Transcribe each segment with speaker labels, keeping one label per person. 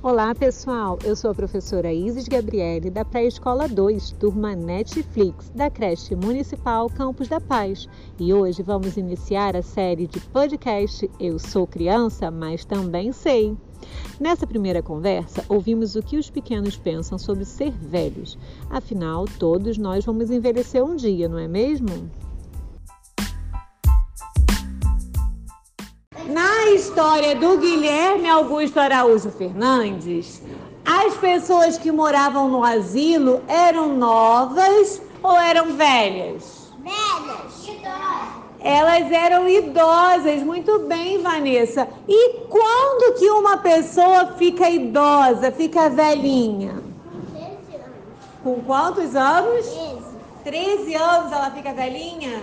Speaker 1: Olá, pessoal. Eu sou a professora Isis Gabriele, da Pré-Escola 2, turma Netflix, da creche municipal Campos da Paz. E hoje vamos iniciar a série de podcast Eu Sou Criança, mas também sei. Nessa primeira conversa, ouvimos o que os pequenos pensam sobre ser velhos. Afinal, todos nós vamos envelhecer um dia, não é mesmo? Na história do Guilherme Augusto Araújo Fernandes, as pessoas que moravam no asilo eram novas ou eram velhas?
Speaker 2: Velhas. Idosas.
Speaker 1: Elas eram idosas, muito bem, Vanessa. E quando que uma pessoa fica idosa, fica velhinha? Com quantos anos? Treze. 13 anos ela fica velhinha?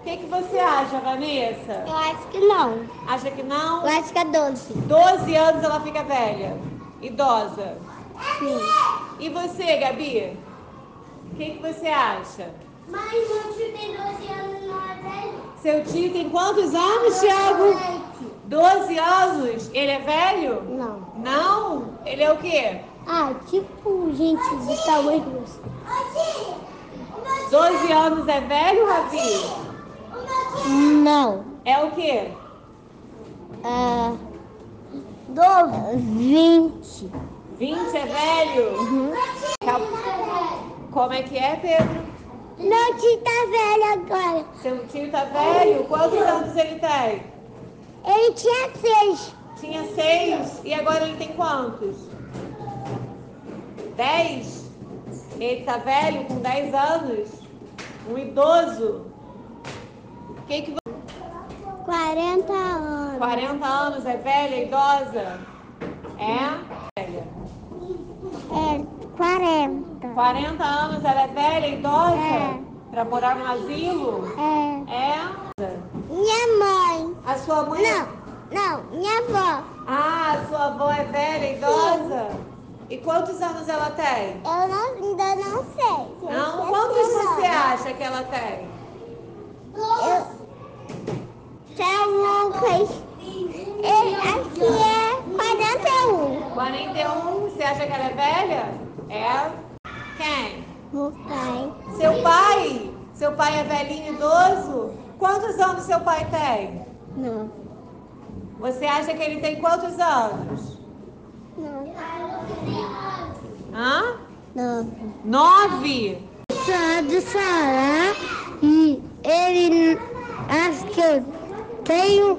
Speaker 1: O que, que você acha, Vanessa?
Speaker 2: Eu acho que não.
Speaker 1: Acha que não?
Speaker 2: Eu acho que é 12.
Speaker 1: 12 anos ela fica velha, idosa.
Speaker 2: Sim.
Speaker 1: E você, Gabi? O que, que você acha?
Speaker 2: Mãe, meu tio tem 12 anos, não é velho?
Speaker 1: Seu tio tem quantos anos, Thiago? 12 anos? Ele é velho?
Speaker 2: Não.
Speaker 1: Não? Ele é o quê?
Speaker 2: Ah, tipo gente de tamanho grosso.
Speaker 1: 12 anos é velho, Rabi?
Speaker 2: Não.
Speaker 1: É o quê?
Speaker 2: É... 12. 20.
Speaker 1: 20 é velho? Como é que é, Pedro?
Speaker 2: Meu tio tá velho agora.
Speaker 1: Seu tio tá velho? Quantos anos ele tem?
Speaker 2: Ele tinha 6.
Speaker 1: Tinha seis e agora ele tem quantos? Dez? Ele tá velho, com dez anos? Um idoso? Quem que você...
Speaker 2: 40 anos.
Speaker 1: 40 anos é velha, idosa? É? Velha.
Speaker 2: É, 40.
Speaker 1: 40 anos ela é velha, idosa?
Speaker 2: É.
Speaker 1: Pra morar no asilo?
Speaker 2: É.
Speaker 1: É?
Speaker 2: Minha mãe.
Speaker 1: A sua mãe...
Speaker 2: Não, não, minha avó.
Speaker 1: Ah, a sua avó é velha, idosa? E quantos anos ela tem?
Speaker 2: Eu não, ainda não sei. é
Speaker 1: Não? Quantos você acha que ela tem?
Speaker 2: Eu... Tchau, Lucas. É, aqui é 41.
Speaker 1: 41, você acha que ela é velha? É. Quem?
Speaker 2: Meu pai.
Speaker 1: Seu pai? Seu pai é velhinho idoso? Quantos anos seu pai tem?
Speaker 2: Não.
Speaker 1: Você acha que ele tem quantos anos?
Speaker 2: Não.
Speaker 1: Hã?
Speaker 2: Não.
Speaker 1: Nove?
Speaker 2: Só de falar e ele acho que eu tenho,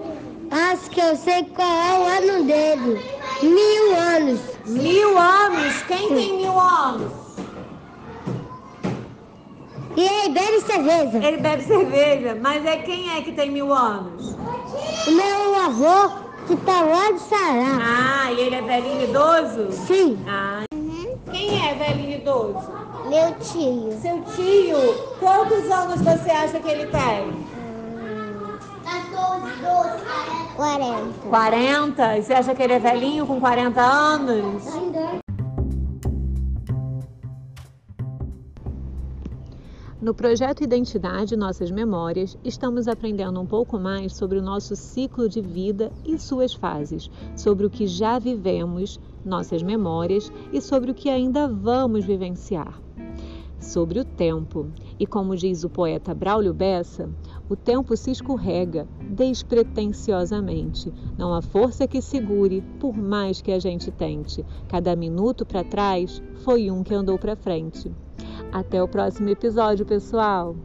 Speaker 2: acho que eu sei qual é o ano dele. Mil anos.
Speaker 1: Mil anos? Quem tem mil anos?
Speaker 2: E ele bebe cerveja.
Speaker 1: Ele bebe cerveja, mas é quem é que tem mil anos?
Speaker 2: O meu avô que tá lá de Sará.
Speaker 1: Ah, e ele é velhinho idoso?
Speaker 2: Sim.
Speaker 1: Ah. Quem é velhinho idoso?
Speaker 2: Meu tio.
Speaker 1: Seu tio, quantos anos você acha que ele tem?
Speaker 2: 14, 12, 40.
Speaker 1: 40? E Você acha que ele é velhinho com 40 anos? No projeto Identidade Nossas Memórias, estamos aprendendo um pouco mais sobre o nosso ciclo de vida e suas fases, sobre o que já vivemos, nossas memórias e sobre o que ainda vamos vivenciar. Sobre o tempo. E como diz o poeta Braulio Bessa, o tempo se escorrega despretensiosamente. Não há força que segure, por mais que a gente tente. Cada minuto para trás foi um que andou para frente. Até o próximo episódio, pessoal!